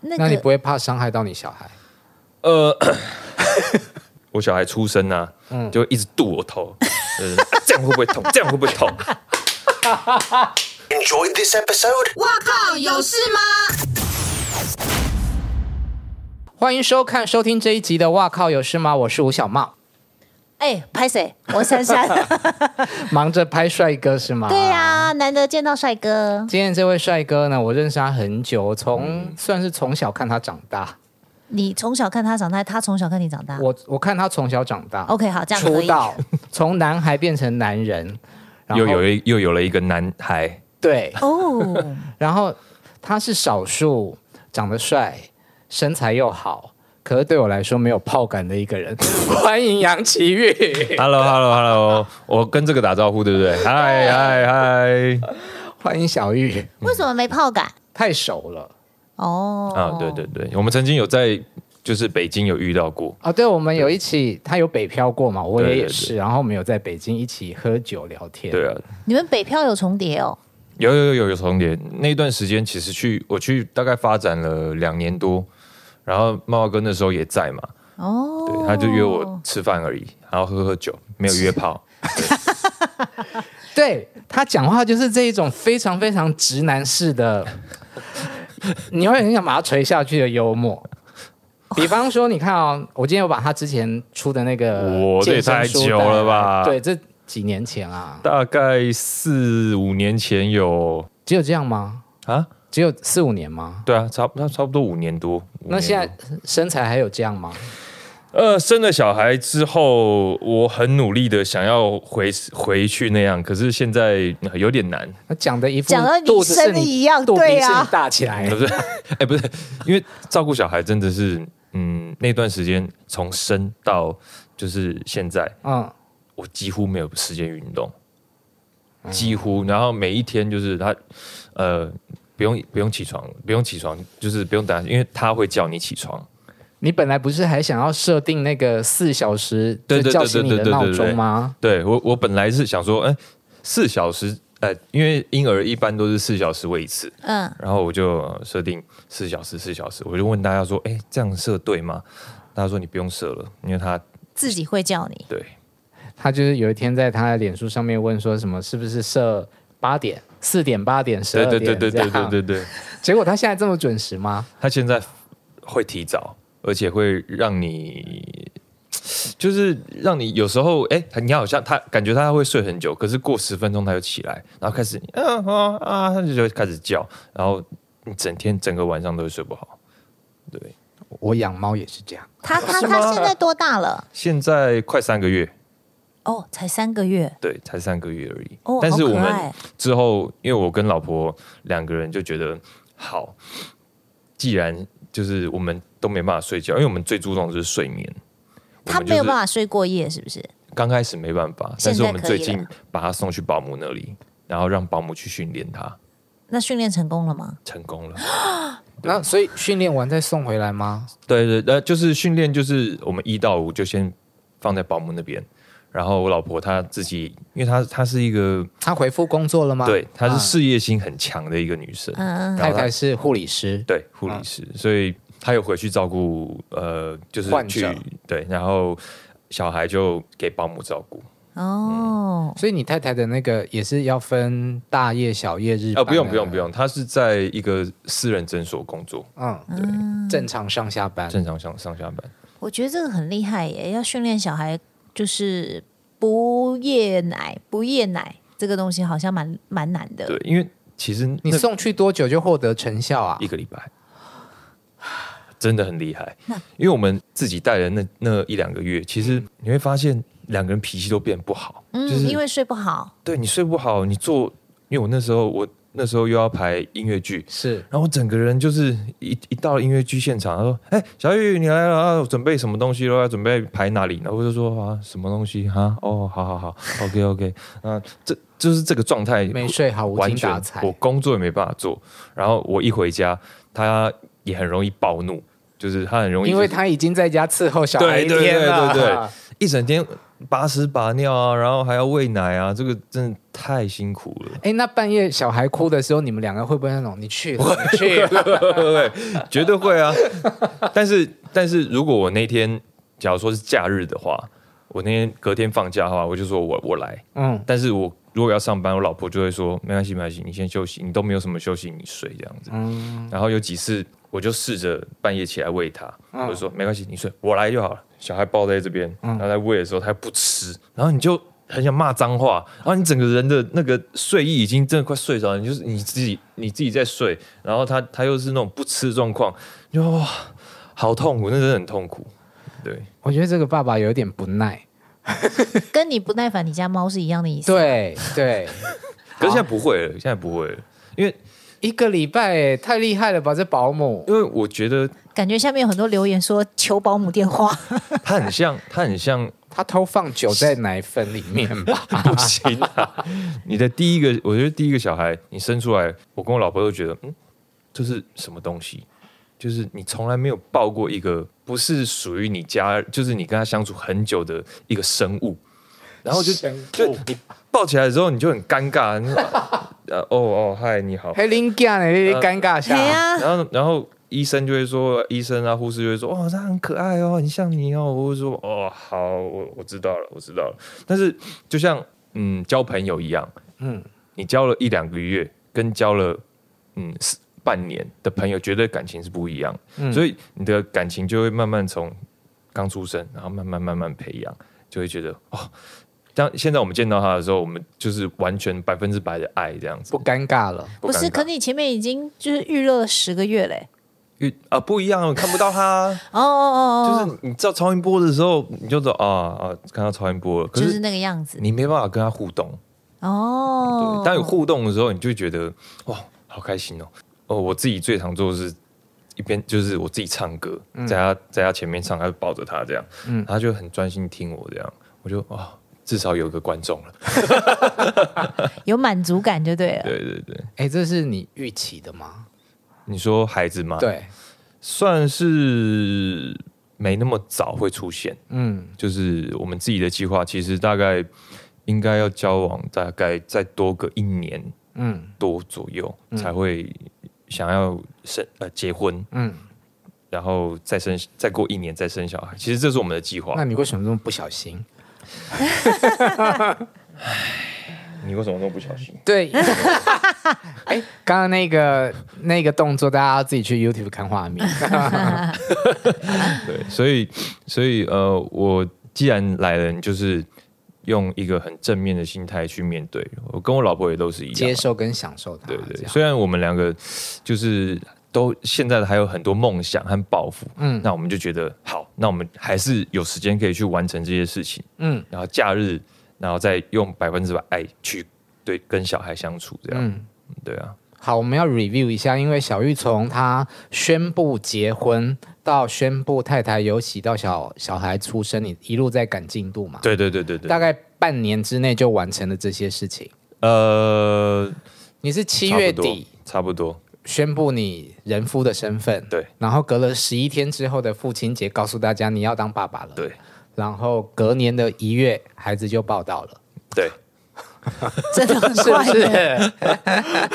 那那你个不会怕伤害到你小孩？呃， 我小孩出生啊，就一直剁我头， 就是这样会不会痛？这样会不会痛？ Enjoyed this episode? 欢迎收看、收听这一集的《哇靠有事吗》，我是吴小茂，哎，拍 谁？我珊珊。忙着拍帅哥是吗？对啊，难得见到帅哥，今天这位帅哥呢，我认识他很久，嗯从、算是从小看他长大，你从小看他长大，他从小看你长大。我我看他从小长大 OK，好，这哦样可出以。道， 从男孩变成男人，然后又有一又有了一个男孩，对，哦，然后他是少数长得帅、身材又好，可是对我来说没有炮感的一个 人。欢迎杨奇玉， Hello，Hello，Hello，我跟这个打招呼，对不对？嗨嗨嗨！欢迎小玉，为什么没炮 感？太熟了。哦，啊，对对对，我们曾经有在就是北京有遇到过，哦，对，我们有一起，他有北漂过嘛，我对也对也是，然后我们有在北京一起喝酒聊天。对啊，你们北漂有重叠哦。有有有有重叠。那一段时间其实去我去大概发展了两年多，然后茂茂哥那时候也在嘛，哦，对，他就约我吃饭而已，然后喝喝酒，没有约炮。对他讲话就是这一种非常非常直男式的， 你会很想把他锤下去的幽默。比方说，你看哦，我今天有把他之前出的那个哇这健也身太书久带来了吧对，这几年前啊，大概四五年前有只有这样吗？啊，只有四五年吗？对啊，差不差不多五年多。五那年现多在身材还有这样吗？呃，生了小孩之后，我很努力的想要回回去那样，可是现在呃有点难，那讲的一副讲到你肚子是生的你一样肚皮对是啊你大起来不 的，是？哎、不是，因为照顾小孩真的是，嗯，那段时间从生到就是现在，嗯，我几乎没有时间运动，几乎，然后每一天就是他，呃，不用不用起床，不用起床，就是不用担心，因为他会叫你起床。你本来不是还想要设定那个四小时就对对对叫醒你的对对对闹对钟对吗？对我，我本来是想说，哎、四小时，呃，因为婴儿一般都是四小时喂一次，嗯，然后我就呃设定四小时，四小时，我就问大家说，哎、这样设对吗？大家说你不用设了，因为他自己会叫你。对他就是有一天在他的脸书上面问说什么是不是设八点、四点、八点、十对二对点对对对这样对对对，结果他现在这么准时吗？他现在会提早，而且会让你。就是让你有时候，哎、你好像他感觉他会睡很久，可是过十分钟他就起来，然后开始，啊啊啊，他就就开始叫，然后你整天整个晚上都会睡不好。对，我养猫也是这样，他他他现在多大了？现在快三个月，哦，才三个月。对，才三个月而已。哦，但是好我可们爱。之后，因为我跟老婆两个人就觉得，好，既然就是我们都没办法睡觉，因为我们最注重的是睡眠。他没有办法，法睡过夜，是不是？刚开始没办法，现在但是我们可以最近把他送去保姆那里，然后让保姆去训练他，那训练成功了吗？成功了。那所以训练完再送回来吗？对对，呃，就是训练，就是我们一到五就先放在保姆那边，然后我老婆她自己，因为她她是一个，他回复工作了吗？对，她嗯是啊事业心很强的一个女生，嗯，嗯太太是护理师，对，护嗯理师，所以他有回去照顾，呃，就是患去者对，然后小孩就给保姆照顾。嗯哦，所以你太太的那个也是要分大夜、小夜、日班啊，不用不用不用，用，他是在一个私人诊所工作，嗯，嗯，正常上下班。正常上上下班。我觉得这个很厉害耶，要训练小孩就是不夜奶，不夜奶这个东西好像蛮蛮难的。对，因为其实你那送去多久就获得成效啊一？个礼拜，真的很厉害那。因为我们自己带了那那一两个月，其实嗯你会发现两个人脾气都变不好，嗯，就是因为睡不好，对你睡不好，你做，因为我那时候我那时候又要排音乐剧，是然后我整个人就是一一到音乐剧现场，他说：“哎、小玉你来了啊，准备什么东西了？要准备排哪里？”然后我就说：“啊，什么东西啊？哦，好好好，OK OK，啊，这就是这个状态，没睡好，无完精全打采我。工作也没办法做。然后我一回家，他也很容易暴怒，就是他很容易，因为他已经在家伺候小孩对一对天对了，对对一整天拔屎拔尿啊，然后还要喂奶啊，这个真的太辛苦了。哎，那半夜小孩哭的时候，你们两个会不会那种你去了你去了？ 对，绝对会啊。但是，但是如果我那天假如说是假日的话，我那天隔天放假的话，我就说我我来。嗯，但是我如果要上班，我老婆就会说没关系，没关系，你先休息，你都没有什么休息，你睡这样子。然后有几次我就试着半夜起来喂它，我就说没关系，你睡，我来就好了。小孩抱在这边，然后在喂的时候它不吃，然后你就很想骂脏话，然后你整个人的那个睡意已经真的快睡着了，你就是你自己你自己在睡，然后它它又是那种不吃的状况，你就哇好痛苦，那真的很痛苦。对， 我觉得这个爸爸有点不耐。跟你不耐烦你家猫是一样的意思。，对对，可是现在不会了，现在不会了，因为一个礼拜哎，太厉害了吧，这保姆。因为我觉得感觉下面有很多留言说求保姆电话，它很像，它很像他偷放酒在奶粉里面 吧？不行啊！你的第一个，我觉得第一个小孩你生出来，我跟我老婆都觉得，嗯，这是什么东西？就是你从来没有抱过一个不是属于你家，就是你跟他相处很久的一个生物，然后 就生物就你抱起来之后，你就很尴尬，你说呃哦哦嗨你好，黑林干呢？你尴尬对啊下。呀、然后然后医生就会说，医生啊护士就会说，哦，他很可爱哦，很像你哦。我会说，哦，好，我我知道了，我知道了。但是就像嗯交朋友一样，嗯嗯，你交了一两个月，跟交了嗯四半年的朋友，绝对感情是不一样的。嗯所以你的感情就会慢慢从刚出生，然后慢慢慢慢培养，就会觉得哦。当现在我们见到他的时候，我们就是完全百分之百的爱这样子，不尴尬了，不是，尴尬可你前面已经就是预热了十个月嘞。因为啊不一样，看不到他啊、哦哦哦，就是你知道超音波的时候，你就说啊啊，看到超音波了，可就是是那个样子。你没办法跟他互动。哦对，，当有互动的时候，你就会觉得哇，好开心哦！哦，我自己最常做的是一边就是我自己唱歌，在他在他前面唱，他就抱着他这样，嗯，他就很专心听我这样，我就哇，至少有个观众了。有满足感就对了。对对对，哎，这是你预期的吗？你说孩子嘛，，对，算是没那么早会出现，嗯，就是我们自己的计划，其实大概应该要交往大概再多个一年嗯多左右，才会想要生呃结婚，嗯，然后再生再过一年再生小孩。其实这是我们的计划那。你为什么这么不小心？你为什么都不小心？ 对，哎，刚刚那个那个动作，大家要自己去 YouTube 看画嗯面。对，所以所以呃，我既然来了，你就是用一个很正面的心态去面对。我跟我老婆也都是一样，接受跟享受它。对啊这对，样虽然我们两个就是都现在还有很多梦想和抱负，嗯，那我们就觉得好，那我们还是有时间可以去完成这些事情，嗯嗯，然后假日，然后再用百分之百爱去对跟小孩相处，这样，嗯、对啊，好，我们要 review 一下，因为小玉从她宣布结婚到宣布太太有喜到小小孩出生，你一路在赶进度嘛？，对对对对对大，概半年之内就完成了这些事情。呃，你是七月差不多底差不多，宣布你人夫的身份，对然后隔了十一天之后的父亲节，告诉大家你要当爸爸了，对然后隔年的一月，孩子就报道了，对，真的很是不快耶是？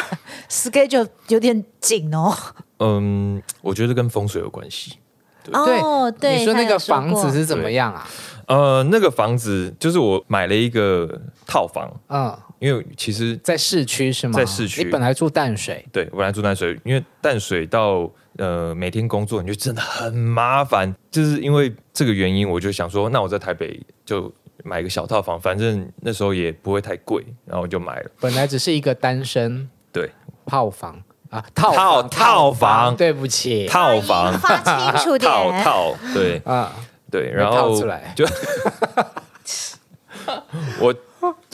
，schedule 有点紧哦。嗯，我觉得跟风水有关系。 哦，对，你说那他有个房过子是怎么样啊？呃，那个房子就是我买了一个套房，嗯，因为其实在市区是吗？在市区你本来住淡水，对，我本来住淡水，因为淡水到呃每天工作，你就真的很麻烦。就是因为这个原因，我就想说，那我在台北就买一个小套房，反正那时候也不会太贵，然后我就买了。本来只是一个单身对，炮房啊，套套房套房对不起套房发清楚点。套套，对啊，对，然套后出来就 我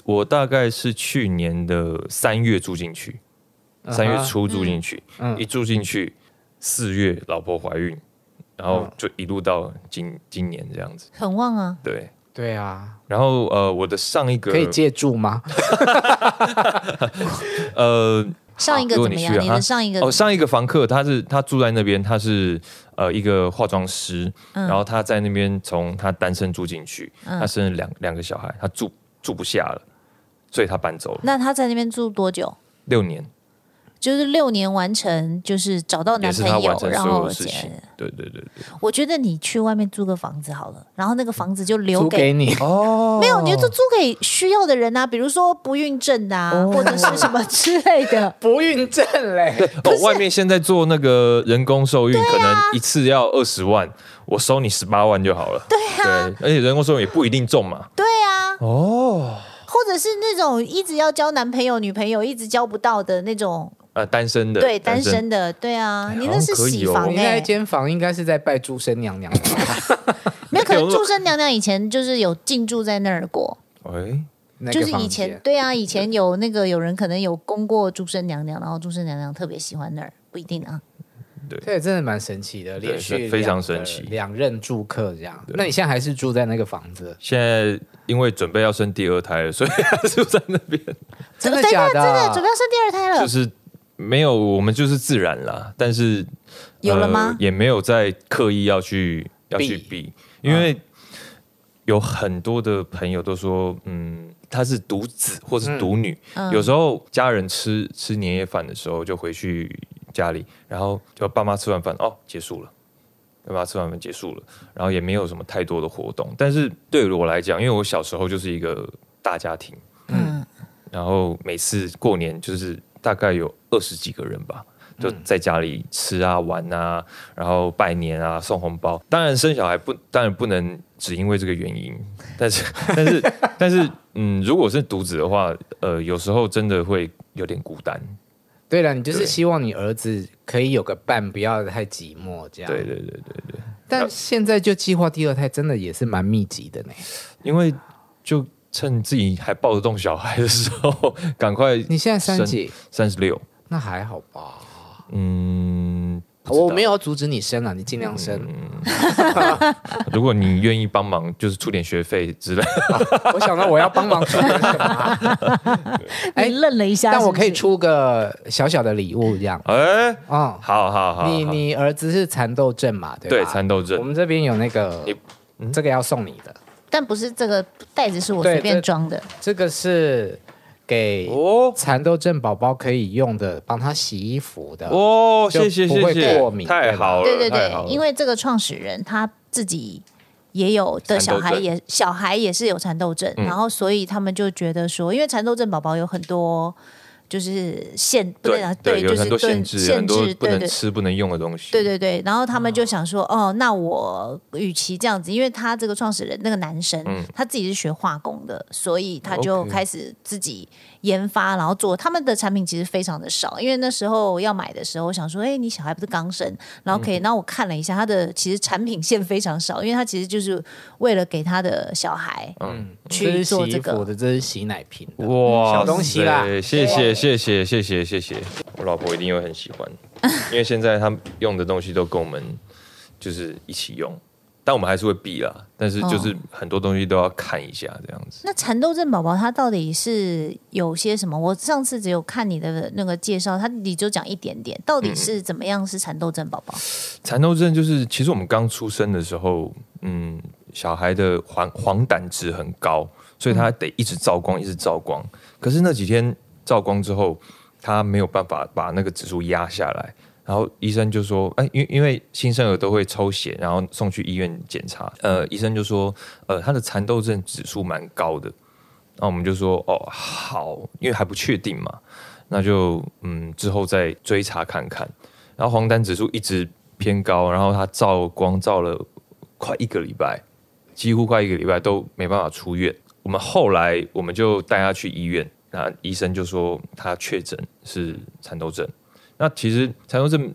我大概是去年的三月住进去，嗯三月初住进去，一住进去四月老婆怀孕，然嗯后就一路到今今年这样子，很旺啊！对。对啊，然后呃，我的上一个可以借住吗？呃，上一个如果怎你么去样？啊你的上一个哦，上一个房客他是他住在那边，他是呃一个化妆师，嗯然后他在那边从他单身住进去，他生了两两个小孩，他住住不下了，所以他搬走了。那他在那边住多久？六年就是六年完成，就是找到也男是朋他完友，成然所有后的事情结。对对对对，我觉得你去外面租个房子好了，然后那个房子就留租给你，。哦，没有，你就租给需要的人啊，比如说不孕症的啊，哦或者是什么之类的 不孕症嘞，哦，外面现在做那个人工受孕，可能啊一次要二十万，我收你十八万就好了。 对啊而且人工受孕也不一定中嘛。对啊，哦，或者是那种一直要交男朋友、女朋友，一直交不到的那种，呃，单身的，对，单身的，对啊，你那是好像可以喜哦房你哎、那一间房应该是在拜诸生娘娘吧，没有哎可能有那祝生娘娘以前就是有进驻在那儿过，哎， 那就个是房以前间。嗯对啊，以前有那个有人可能有供过祝生娘娘，然后祝生娘娘特别喜欢那儿，不一定啊。这也真的蛮神奇的，对连续非常两个神奇两任住客这样。那你现在还是住在那个房子？现在因为准备要生第二胎了，所以他住在那边，真的对假啊，的真啊？的准备要生第二胎了，就是没有我们就是自然啦，但是有了呃吗？也没有在刻意要去要去避，因为有很多的朋友都说，嗯，他是独子或是独女，有时候家人吃吃年夜饭的时候就回去家里，然后就爸妈吃完饭哦结束了。爸妈吃完饭结束了，然后也没有什么太多的活动。但是对我来讲，因为我小时候就是一个大家庭，嗯，然后每次过年就是大概有二十几个人吧，就在家里吃啊、玩啊，然后拜年啊、送红包。当然生小孩不，当然不能只因为这个原因，但是 但是但是，嗯，如果是独子的话，呃，有时候真的会有点孤单。对了，你就是对希望你儿子可以有个伴，不要太寂寞这样。对对对对，但现在就计划第二胎，真的也是蛮密集的呢。因为就趁自己还抱得动小孩的时候，赶快你现在三生几？三十六，那还好吧。嗯。不知道我没有阻止你生啊，你尽量生。如果你愿意帮忙，就是出点学费之类的。 我想到我要帮忙出 点什么啊、哎你愣了一下但我可以是不是出个小小的礼物这样。哎、嗯，好好好，你好你儿子是蚕豆症嘛？对对吧？蚕豆我症，们这边有那个你，嗯这个要送你的，但不是这个袋子是我对随便这装的，这个是给哦蚕豆症宝宝可以用的，帮他洗衣服的。哦，就谢谢不会谢谢，过敏太好了，对对太好对，了因为这个创始人他自己也有的小孩蚕豆症也小孩也是有蚕豆症，嗯然后所以他们就觉得说，因为蚕豆症宝宝有很多就是限，不对啊，对，就有是很多限制，限很多制，不对能对。吃不能用的东西，对对对，然后他们嗯就想说，哦，那我与其这样子，因为他这个创始人那个男生，他自己是学化工的，所以他就嗯 OK 开始自己研发，然后做他们的产品其实非常的少，因为那时候要买的时候，我想说，哎，你小孩不是刚生，然后可嗯以，那、我看了一下他的其实产品线非常少，因为他其实就是为了给他的小孩嗯，这去是洗做衣这服个。的，这是洗奶瓶的。哇，小东西啦对谢谢谢谢谢谢谢谢，我老婆一定会很喜欢， 因为现在他们用的东西都跟我们就是一起用。但我们还是会避啦，但是就是哦很多东西都要看一下这样子。那蚕豆症宝宝他到底是有些什么？我上次只有看你的那个介绍，他你就讲一点点，到嗯底是怎么样是蚕豆症宝宝？蚕豆症就是，其实我们刚出生的时候，嗯，小孩的黄黄疸值很高，所以他得一直照光，一直照光。可是那几天照光之后，他没有办法把那个指数压下来，然后医生就说，哎，因为因为新生儿都会抽血，然后送去医院检查，呃，医生就说，呃，他的蚕豆症指数蛮高的。那我们就说，哦，好，因为还不确定嘛，那就嗯之后再追查看看。然后黄疸指数一直偏高，然后他照光照了快一个礼拜，几乎快一个礼拜都没办法出院。我们后来我们就带他去医院，那医生就说他确诊是蚕豆症。那其实蚕豆症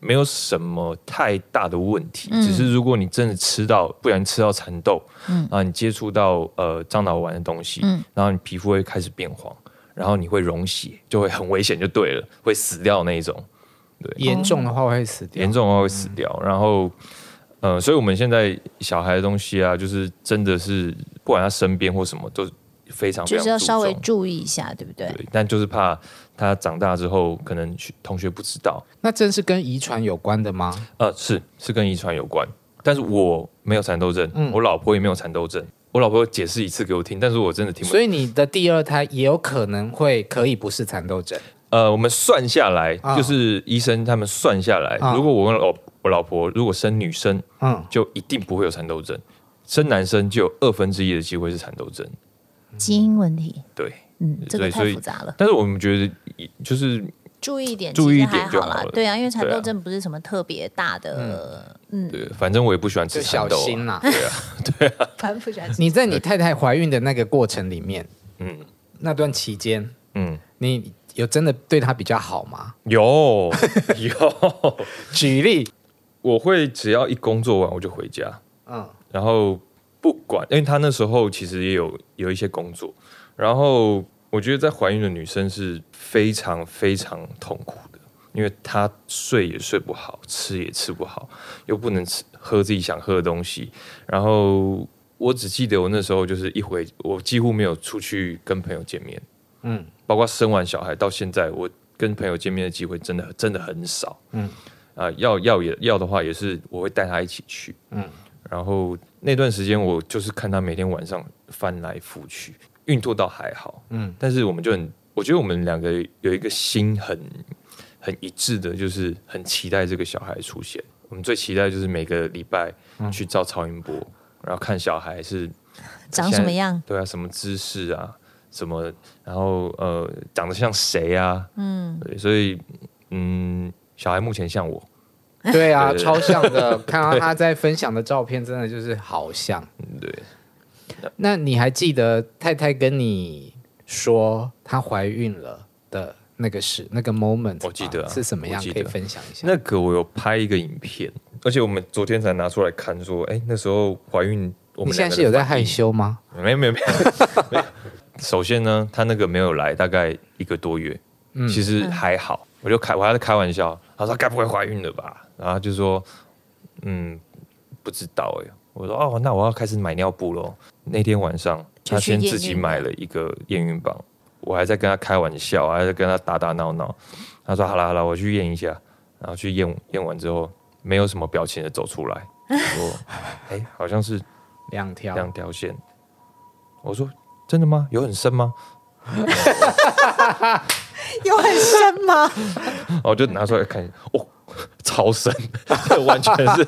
没有什么太大的问题，只是如果你真的吃到，不然吃到蚕豆，嗯，然后你接触到呃樟脑丸的东西，然后你皮肤会开始变黄，然后你会溶血，就会很危险，就对了，会死掉那一种。严重的话会死掉严。重的话会死掉。嗯然后，呃，所以我们现在小孩的东西啊，就是真的是不管他身边或什么，都非常非就是要常稍微注重注意一下，对不对？对，但就是怕他长大之后可能学同学不知道，那这是跟遗传有关的吗？呃，是是跟遗传有关，但是我没有蚕豆症，嗯我老婆也没有蚕豆症，我老婆解释一次给我听，但是我真的听不懂。所以你的第二胎也有可能会可以不是蚕豆症，呃，我们算下来，啊就是医生他们算下来，啊如果我跟老我老婆如果生女生，嗯，就一定不会有蚕豆症；生男生就有二分之一的机会是蚕豆症。基因问题，对，嗯，这个对所太以复杂了，但是我们觉得就是注意一点，注意一点其实还就好啦好了。对啊，因为蚕对啊豆症不是什么特别大的，嗯，对，反正我也不喜欢就吃蚕小豆、心啊。啦、 反正不喜 欢吃。你在你太太怀孕的那个过程里面，嗯那段期间，嗯，你有真的对她比较好吗？有 有，举例，我会只要一工作完我就回家，嗯，然后不管，因为她那时候其实也有有一些工作，然后我觉得在怀孕的女生是非常非常痛苦的，因为她睡也睡不好，吃也吃不好，又不能吃喝自己想喝的东西，然后我只记得我那时候就是一回，我几乎没有出去跟朋友见面，嗯嗯，包括生完小孩到现在，我跟朋友见面的机会真的真的很少，嗯，啊、要要也要的话也是我会带他一起去，嗯，然后那段时间我就是看他每天晚上翻来覆去，孕吐倒还好，嗯，但是我们就很，我觉得我们两个有一个心很很一致的，就是很期待这个小孩出现。我们最期待就是每个礼拜去照超音波，然后看小孩是长什么样？对啊，什么姿势啊，什么，然后呃，长得像谁啊？嗯，对，所以嗯，小孩目前像我，对啊，对超像 的。看到她在分享的照片，真的就是好像。嗯对，那你还记得太太跟你说她怀孕了的那个事、那个 moment？吗我记得啊是什么样，我记可得以分享一下。那个我有拍一个影片，而且我们昨天才拿出来看，说，哎，那时候怀孕，我你们现在两个是有的在反害应？羞吗？没有没有没有。没有 首先呢，他那个没有来，大概一个多月，其实还好。我就开，我还在开玩笑，他说该不会怀孕了吧？然后他就说，嗯，不知道哎、我说哦，那我要开始买尿布喽。那天晚上，就他去先自验己孕买了了一个验孕棒，我还在跟他开玩笑，还在跟他打打闹闹。他说好啦好啦，我去验一下，然后去验验完之后，没有什么表情的走出来，我说哎、好像是两条，两条线。我说真的吗？有很深吗？ 有很深吗？然后我就拿出来看，哦，超深， 完全是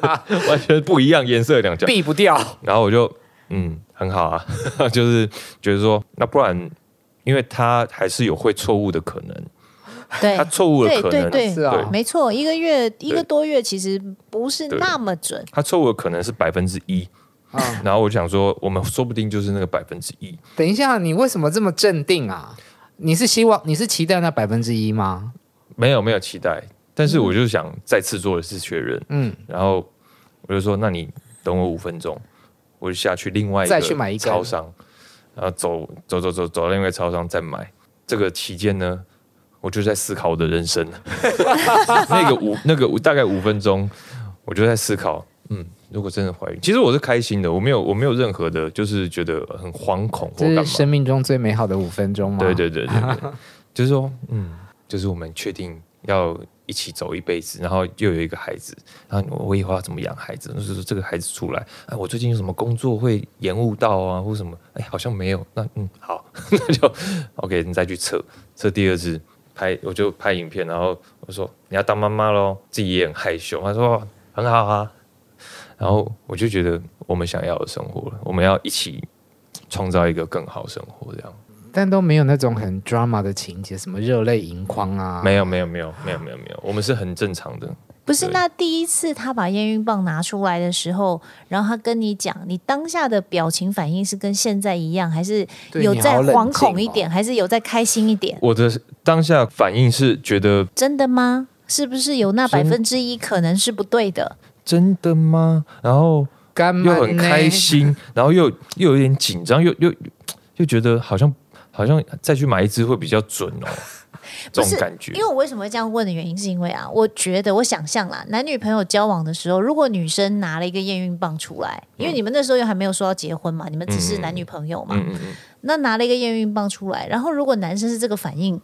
完全不一样颜色的两条。避不掉。然后我就嗯，很好啊， 就是觉得说，那不然，因为他还是有会错误的可能， 对他，错误的对可对能，对，是啊对没错，一个月一个多月其实不是那么准，他错误的可能是百分之一。啊然后我就想说，我们说不定就是那个百分之一。等一下，你为什么这么镇定啊？你是希望你是期待那百分之一吗？没有没有期待，但嗯是我就想再次做一次确认，嗯，然后我就说，那你等我五分钟，我就下去另外一再去买一个根超商，然后走走走走走到另外一个超商再买。这个期间呢，我就在思考我的人生， 那个五那个五大概五分钟，我就在思考，嗯，如果真的怀孕，其实我是开心的，我没有我没有任何的，就是觉得很惶恐或这干嘛是，生命中最美好的五分钟吗？对对对对对，就是说，嗯，就是我们确定要一起走一辈子，然后又有一个孩子，然后我以后要怎么养孩子？就是说这个孩子出来，哎，我最近有什么工作会延误到啊，或什么？哎，好像没有。那嗯，好，那就 OK，你再去测测第二次。拍我就拍影片，然后我说你要当妈妈咯，自己也很害羞。他说很好啊，然后我就觉得我们想要的生活了，我们要一起创造一个更好生活，这样。但都没有那种很 drama 的情节，什么热泪盈眶啊，没有没有没有没有没有没有，我们是很正常的。不是？对那第一次他把验孕棒拿出来的时候，然后他跟你讲，你当下的表情反应是跟现在一样，还是对有你在好冷惶静恐一哦点，还是有在开心一点？我的当下反应是觉得真的吗？是不是有那百真分之一可能是不对的？真的吗？然后干嘛呢又很开，心，然后又又有点紧张，又又又觉得好像好像再去买一支会比较准 哦，这不是种感觉因。为我为什么会这样问的原因，是因为啊，我觉得我想象啦，男女朋友交往的时候，如果女生嗯拿了一个验孕棒出来，因为你们那时候又还没有说要结婚嘛，你们只是男女朋友嘛，嗯嗯嗯，那拿了一个验孕棒出来，然后如果男生是这个反应，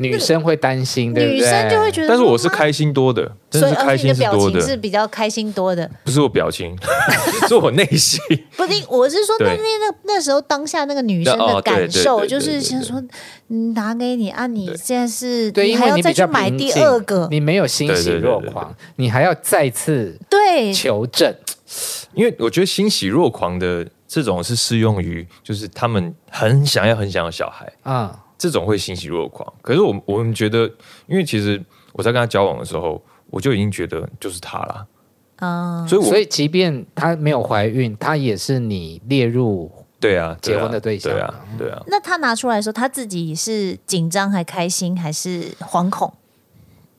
女生会担心，对不对？女生就会觉得，啊但是我是，开心多的，真所的以是而开且你心的是表多情是的，比较开心多的。不是我表情， 是我内心。不是，我是说那对那那那时候当下那个女生那的哦对感受，对对就对是对先对说嗯拿给你啊，你对现在是对，你因还为要你再比去较买平第静二个，你没有欣喜对对对若对对狂，你还要再次对，求证。因为我觉得欣喜若狂的这种是适用于，就是他们很想要很想要小孩，嗯，这种会欣喜若狂。可是我我们觉得，因为其实我在跟他交往的时候，我就已经觉得就是他啦，嗯，所以我所以即便她没有怀孕，她也是你列入对啊，对结啊婚的对象对啊，对啊，那他拿出来的时候，他自己是紧张还开心还是惶恐？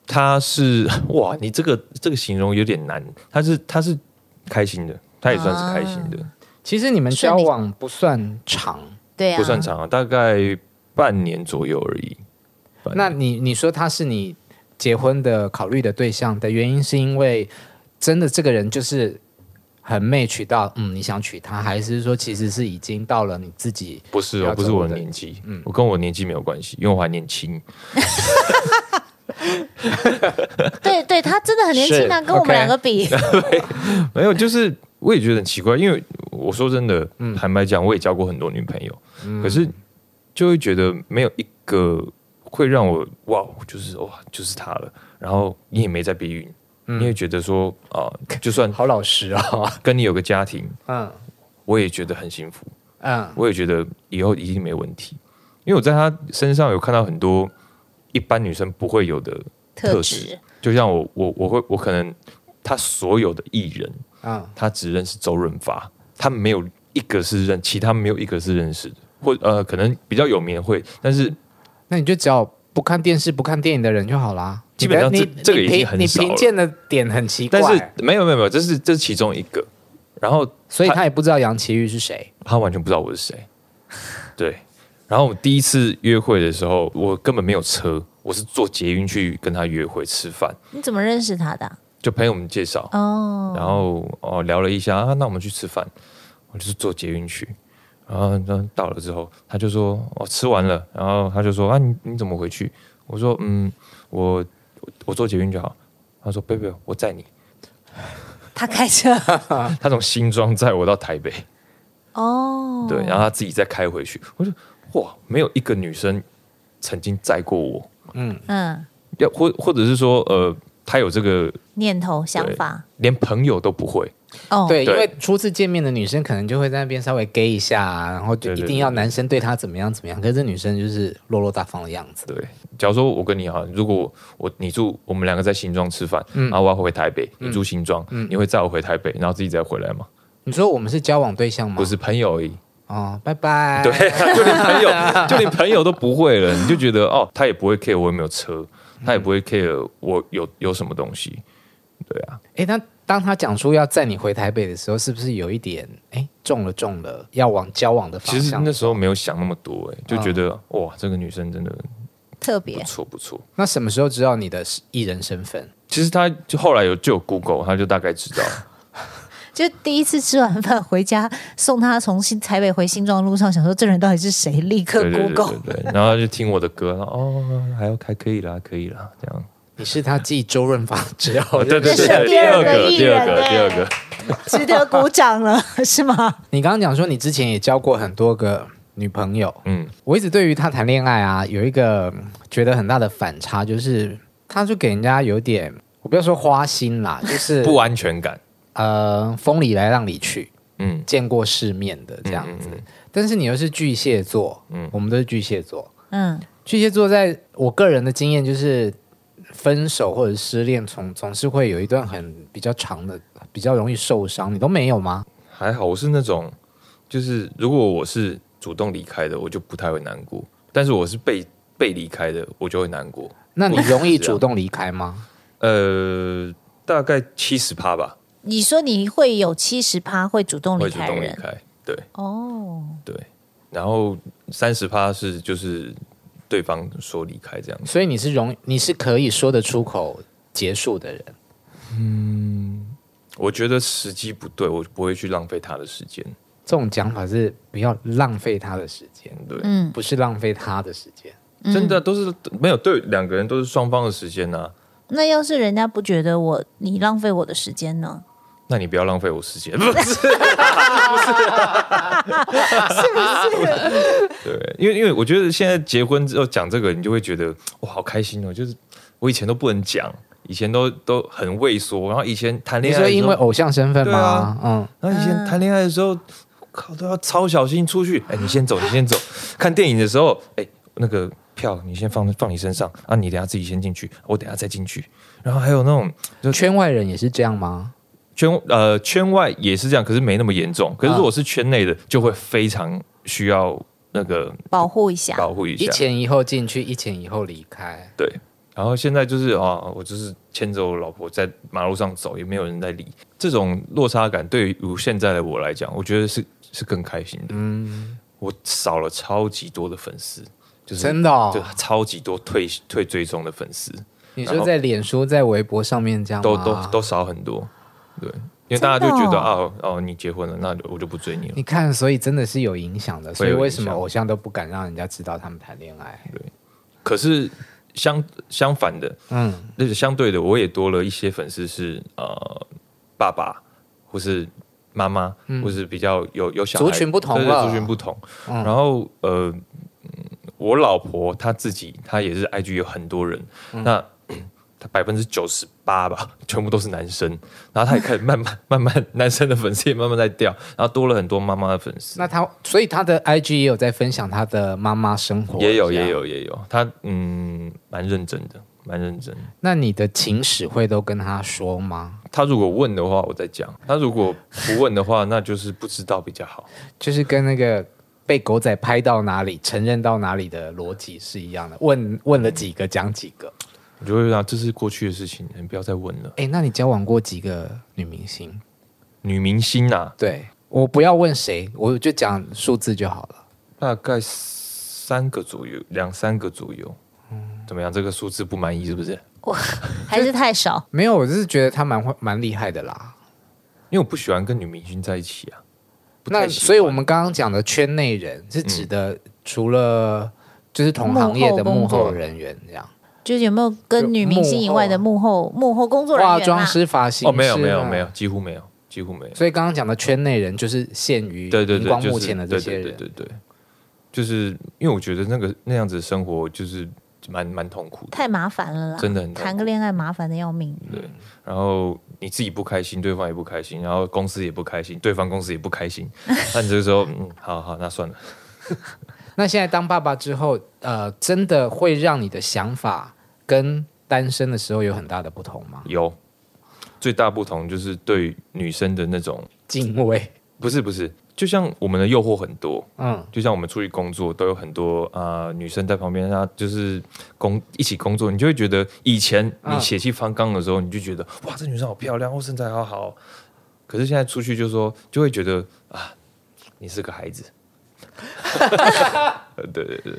他是哇，你这个这个形容有点难，他是他是开心的，他也算是开心的，其实你们顺交利往不算长，对啊，不算长啊，大概半年左右而已。半那年你你说他是你结婚的考虑的对象的原因，是因为真的这个人就是很 match 到，嗯，你想娶她，还是说其实是已经到了你自己不是要走哦，不是我的的年纪，嗯，我跟我年纪没有关系，因为我还年轻。对对，他真的很年轻啊，是跟我们 OK 两个比，没有，就是我也觉得很奇怪，因为我说真的，坦白讲，我也交过很多女朋友，可是就会觉得没有一个会让我哇，就是哇，就是她了。然后你也没在避孕，你也觉得说啊、就算好老实哦，跟你有个家庭，嗯我也觉得很幸福，嗯，我也觉得以后一定没问题，因为我在她身上有看到很多一般女生不会有的 特特质质，就像我我我会我可能他所有的艺人，嗯嗯，他只认识周润发，他没有一个是认，其他没有一个是认识的，或呃可能比较有名会，但是那你就只要不看电视、不看电影的人就好啦。基本上你这你这个已经你评很你少评了鉴的点很奇怪，但是没有没有没有，这是这是其中一个，然后所以他也不知道杨奇煜是谁。他完全不知道我是谁，对。然后我们第一次约会的时候，我根本没有车，我是坐捷运去跟他约会吃饭，你怎么认识他的啊？就朋友们介绍，哦，然后哦聊了一下啊，那我们去吃饭，我就是坐捷运去，然后然后到了之后，他就说哦吃完了，然后他就说啊你你怎么回去？我说嗯我我我坐捷运就好。他说不要不要，我载你。 他开车他从新庄载我到台北，哦，对，啊然后他自己再开回去。我就哇，没有一个女生曾经载过我，嗯，要或或者是说呃，她有这个念头想对法连朋友都不会。哦，对，因对为初次见面的女生可能就会在那边稍微 gay 一下、啊，然后就对一对定要男生对她怎么样怎么样，可是这女生就是落落大方的样子。对，假如说我跟你好，如果我你住我们两个在新庄吃饭，然后我要回台北，你住新庄，你会载我回台北，然后自己再回来吗？你说我们是交往对象吗？不是朋友而已，哦，拜拜。对， 就连朋友，就连朋友都不会了，你就觉得哦，他也不会 care 我有没有车，他也不会 care 我有有什么东西，对啊，哎，那当他讲出要载你回台北的时候，是不是有一点哎中了中了，要往交往的方其实向？那时候没有想那么多、哎，就觉得、哇，这个女生真的特不别错不错。那什么时候知道你的艺人身份？其实他就后来有就有 Google，他就大概知道，就第一次吃完饭回家送他从新台北回新庄路上，想说这人到底是谁，立刻对对对 Google 对对，然后他就听我的歌，然后哦，还要还可以啦，可以啦，这样。你是他继周润发之后， 对对哦是对，第第二二个个，艺第人二个，第二个，值得鼓掌了，是吗？你刚刚讲说你之前也交过很多个女朋友，嗯，我一直对于他谈恋爱啊，有一个嗯觉得很大的反差，就是他就给人家有点，我不要说花心 啦，就是不啊安全感，呃风里来浪里去，嗯，见过世面的这样子。但是你又是巨蟹座，嗯，我们都是巨蟹座。嗯，巨蟹座在我个人的经验就是，分手或者失恋总总是会有一段很比较长的，比较容易受伤。你都没有吗？还好，我是那种，就是如果我是主动离开的，我就不太会难过，但是我是被被离开的，我就会难过。那你容易是啊主动离开吗？呃，大概七十趴吧，你说你会有七十趴会主动离会主开动离人开，对哦，对，然后三十趴是就是对方说离开这样子，所以你是容，你是可以说得出口结束的人。我觉得时机不对，我不会去浪费他的时间，这种讲法是不要浪费他的时间，对，嗯，不是浪费他的时间。嗯真的都是没有对两个人都是双方的时间啊呐、那要是人家不觉得我你浪费我的时间呢？那你不要浪费我 时间，不是？是不是？对，因为因为我觉得现在结婚之后讲这个，你就会觉得哇，好开心哦！就是我以前都不能讲，以前都都很畏缩，然后以前谈你恋爱的说时因候为，偶像身份吗？啊嗯，然后以前谈恋爱的时候，靠都要超小心出去。哎，你先走，你先走。 看电影的时候，哎，那个票你先放放你身上啊，你等下自己先进去，我等下再进去。然后还有那种圈外人也是这样吗？圈呃圈外也是这样，可是没那么严重。可是如果是圈内的，就会非常需要那个保护一下，保护一一下。前一后进去，一前一后离开。然后现在就是啊，我就是牵着我老婆在马路上走，也没有人在理。这种落差感对于现在的我来讲，我觉得是是更开心的。嗯，我少了超级多的粉丝，就是真的、就哦，超级多退退追踪的粉丝，你说在脸书、在微博上面这样都吗都都少很多。对，因为大家就觉真得的哦哦，你结婚了，那我就不追你了。你看，所以真的是有影响的。所会以有为影什么响偶像都不敢让人家知道他们谈恋爱？可是相相反的，嗯，那是相对的，我也多了一些粉丝是呃爸爸或是妈妈，或是比较有有小嗯孩族群不同对对了族群不同。嗯然后呃，嗯我老婆她自己她也是 IG 有很多人，嗯那。她百分之九十八吧， 全部都是男生，然后她也开始 慢慢慢慢，男生的粉丝也慢慢在掉，然后多了很多妈妈的粉丝，那他，所以他的 IG 也有在分享他的妈妈生活，也有这样也。有也有，她嗯蛮认真的，蛮认真的。那你的情史会都跟他说吗？他如果问的话，我再讲；他如果不问的话，那就是不知道比较好。就是跟那个被狗仔拍到哪里、承认到哪里的逻辑是一样的。问问了几个，讲几个。我就会让这是过去的事情，你不要再问了。哎，那你交往过几个女明星？女明星啊，对我不要问谁，我就讲数字就好了。大概三个左右，两三个左右。怎么样？这个数字不满意是不是？还是太少。没有，我就是觉得他蛮会蛮厉害的啦。因为我不喜欢跟女明星在一起啊。不太那喜欢所以我们刚刚讲的圈内人是指的除了就是同行业的幕幕后工作后人员这样，就是有没有跟女明星以外的幕后幕后工作人化员啊妆啦？师、发型师哦，没有没有啊没有，。几乎没有，几乎没有。所以刚刚讲的圈内人就是限于对对荧对，光就幕是前的这些人，对对对对对，就是因为我觉得那个那样子的生活就是蛮蛮痛苦的，太麻烦了啦，真的很痛苦谈个恋爱麻烦的要命。然后你自己不开心，对方也不开心，然后公司也不开心，对方公司也不开心。 那你这个时候，嗯，好好，那算了。那现在当爸爸之后，呃，真的会让你的想法跟单身的时候有很大的不同吗？有最大不同就是对女生的那种，敬畏，不是不是，就像我们的诱惑很多，嗯，就像我们出去工作都有很多啊、呃女生在旁边，啊，就是工一起工作，你就会觉得以前你嗯血气方刚的时候，你就觉得哇，这女生好漂亮，哦，身材好好。可是现在出去就说，就会觉得啊，你是个孩子。 对对对。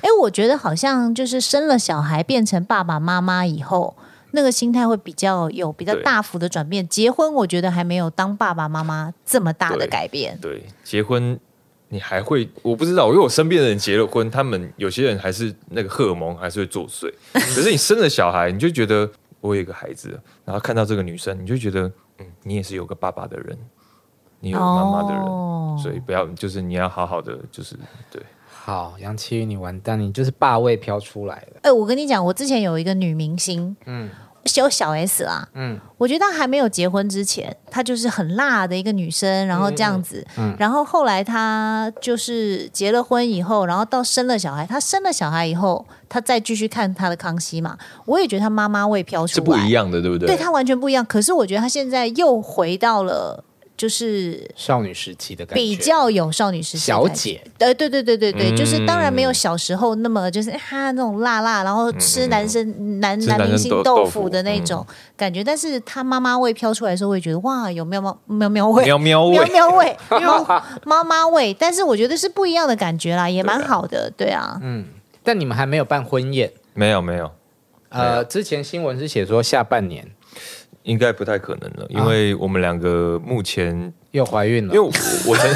哎，我觉得好像就是生了小孩变成爸爸妈妈以后，那个心态会比较有比较对大幅的转变。结婚我觉得还没有当爸爸妈妈这么大的对改变。对，结婚你还会，我不知道，因为我身边的人结了婚，他们有些人还是那个荷尔蒙还是会作祟。可是你生了小孩，你就觉得我有一个孩子了，然后看到这个女生，你就觉得，嗯，你也是有个爸爸的人，你有妈妈的人，哦所以不要，就是你要好好的，就是对，好，杨奇宇，你完蛋，你就是霸位飘出来了。哎、我跟你讲，我之前有一个女明星，嗯，有小 S 啦，嗯，我觉得她还没有结婚之前，她就是很辣的一个女生，然后这样子，然后后来她就是结了婚以后，然后到生了小孩，她生了小孩以后，她再继续看她的康熙嘛，我也觉得她妈妈味飘出是来，不一样的，对不对？对她完全不一样。可是我觉得她现在又回到了就是少女时期的感觉，比较有少女时期的小感觉姐，呃，对对对对对，嗯就是当然没有小时候那么就是哈那种辣辣，然后吃男生、男嗯吃男男生明星豆豆豆腐嗯腐的那种感觉，但是他妈妈味飘出来的时候，会觉得哇，有喵喵喵喵味，喵喵喵味，喵味， 喵妈妈味，但是我觉得是不一样的感觉啦，也蛮好的，对啊，嗯但你们还没有办婚宴。没有没有，呃，之前新闻是写说下半年，应该不太可能了，因为我们两个目前又怀孕因了为。我我曾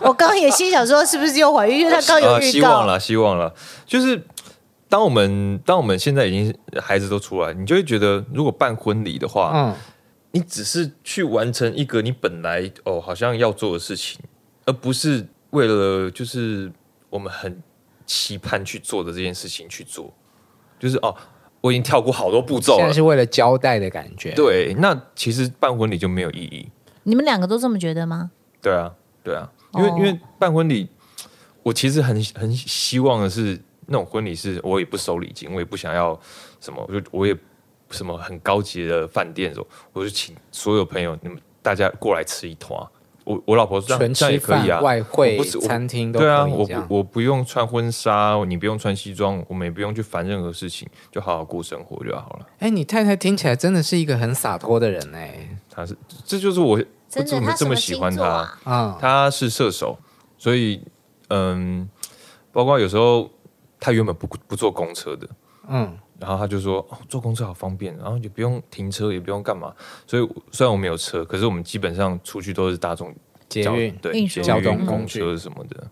我刚刚也心想说，是不是又怀孕？因为他刚有啊，预希告望了，希望了，就是当我们当我们现在已经孩子都出来，你就会觉得，如果办婚礼的话，嗯，你只是去完成一个你本来哦好像要做的事情，而不是为了就是我们很期盼去做的这件事情去做，就是哦，我已经跳过好多步骤现在了。是为了交代的感觉。，对，那其实办婚礼就没有意义。你们两个都这么觉得吗？对啊，对啊，因为、哦因为办婚礼，我其实很很希望的是那种婚礼是我也不收礼金，我也不想要什么，我就我也什么很高级的饭店什么，我就请所有朋友你们大家过来吃一团。我我老婆说这纯样这样吃也可饭、以啊，外汇我不是、我餐厅都可对啊，以我这样。不我不用穿婚纱，你不用穿西装，我们也不用去烦任何事情，就好好过生活就好了。哎，你太太听起来真的是一个很洒脱的人哎。她是这就是我真我的，怎他么什这么喜星欢座她。啊？嗯，他是射手，所以嗯，包括有时候他原本不不坐公车的，嗯，然后他就说、哦、坐公车好方便，然后也不用停车，也不用干嘛。所以我虽然我没有车，可是我们基本上出去都是大众捷交运嗯对运输捷运交通工公具车什么的。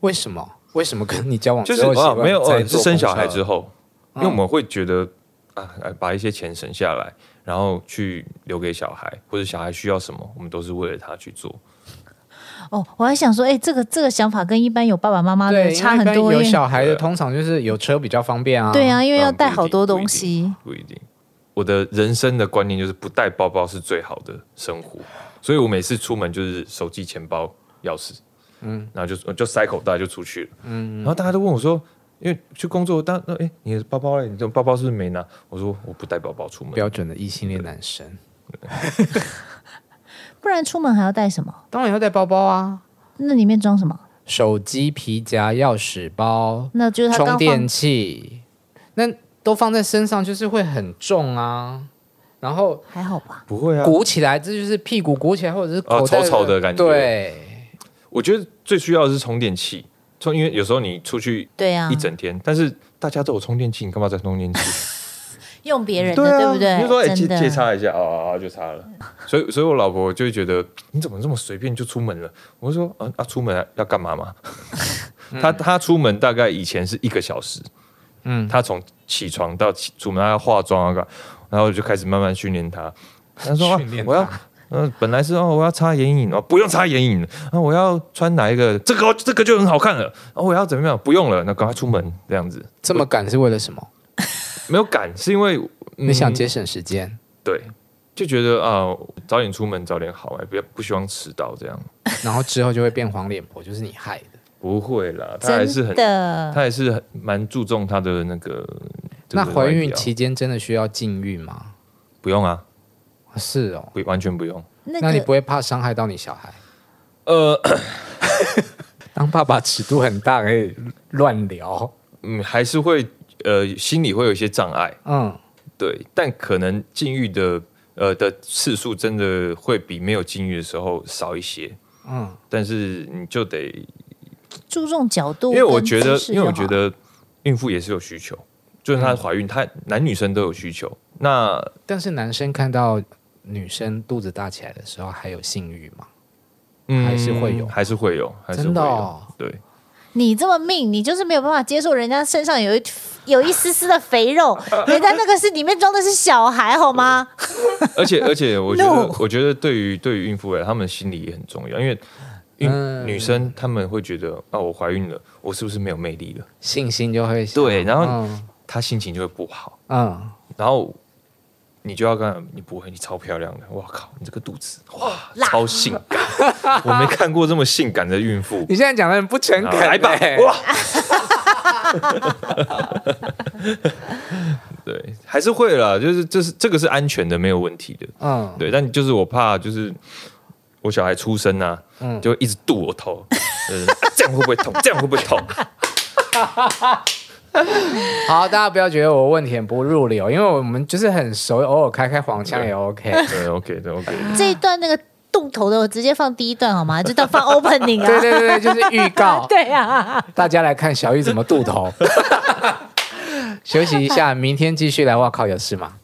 为什么？为什么跟你交往就是之后喜啊，欢没有再哦，是坐生公小孩车嗯之后，因为我们会觉得啊，哎把一些钱省下来，然后去留给小孩，或者小孩需要什么，我们都是为了他去做。哦，我还想说，哎，这个这个想法跟一般有爸爸妈妈对的因啊差为很一般多，有因为小孩的对啊通常就是有车比较方便啊。对，啊，因为要嗯带不一好定多不一东定西。不一定。我的人生的观念就是不带包包是最好的生活，所以我每次出门就是手机、钱包、钥匙，嗯，然后就就塞口袋就出去了，嗯，然后大家都问我说，因为去工作，大家哎、你的包包嘞，你这包包是不是没拿？我说我不带包包出门，标准的异性恋男生不然出门还要带什么？当然要带包包啊，那里面装什么？手机、皮夹、钥匙包、那就是他充刚电放器，那都放在身上就是会很重啊。然后还好吧？不会啊，鼓起来，这就是屁股鼓起来，或者是哦口袋丑丑的感觉对，我觉得最需要的是充电器，充因为有时候你出去对啊一，整天，但是大家都有充电器，你干嘛带充电器？用别人的啊，对不对？你就说哎、借真的借擦一下，哦，哦就擦了。所以，所以我老婆就会觉得你怎么这么随便就出门了？我就说啊啊，出门要干嘛嘛？ 她她出门大概以前是一个小时，嗯，她从起床到起出门，她要化妆啊，干嘛然后我就开始慢慢训练她。她说、啊训练、她我要。嗯，本来是哦，我要擦眼影哦，不用擦眼影啊，我要穿哪一个？这个这个就很好看了。啊，我要怎么样？不用了，那赶快出门这样子，这么赶是为了什么？没有赶，是因为、你想嗯节省时间，对，就觉得啊、早点出门早点好哎、不要不希望迟到这样。然后之后就会变黄脸婆，就是你害的。不会啦，他还是真很，的他还是很蛮注重他的那个。这那个怀外孕表期间真的需要禁欲吗？不用啊，是哦，不完全不用。那那你个不会怕伤害到你小孩？呃，当爸爸尺度很大，可以乱聊。嗯，还是会呃，心里会有一些障碍，嗯，对，但可能禁欲的呃的次数真的会比没有禁欲的时候少一些。嗯嗯，但是你就得，注重角度因跟姿势为就好，我觉得，因为我觉得孕妇也是有需求，就是她怀孕，她男女生都有需求。那但是男生看到女生肚子大起来的时候，还有性欲吗？嗯还是会有还是会有，还是会有真的哦对， 你这么命，你就是没有办法接受人家身上有一有一丝丝的肥 肉，人家那个是里面装的是小孩，好吗？嗯而且而且，我觉得 No 我觉得对于对于孕妇来，她们心理也很重要，因为孕、嗯女生她们会觉得啊，我怀孕了，我是不是没有魅力了？信心就会小对，然后嗯她心情就会不好，嗯，然后你就要跟她你不会，你超漂亮的，哇靠，你这个肚子哇辣超性感， 我没看过这么性感的孕妇。你现在讲的很不诚恳、欸啊来吧，哇，哇！ 对，还是会啦，就是这是这个是安全的，没有问题的。嗯，对，但就是我怕，就是我小孩出生啊，嗯就会一直剁我头， 就是啊这样会不会痛？这样会不会痛？ 好，大家不要觉得我问题很不入流，因为我们就是很熟，偶尔开开黄腔也 OK。啊对，OK，对，OK。这一段那个动头的，我直接放第一段好吗？就当放 opening 啊。，对对对对，就是预告对啊，大家来看 小玉怎么渡头。休息一下，明天继续来。哇靠，有事吗？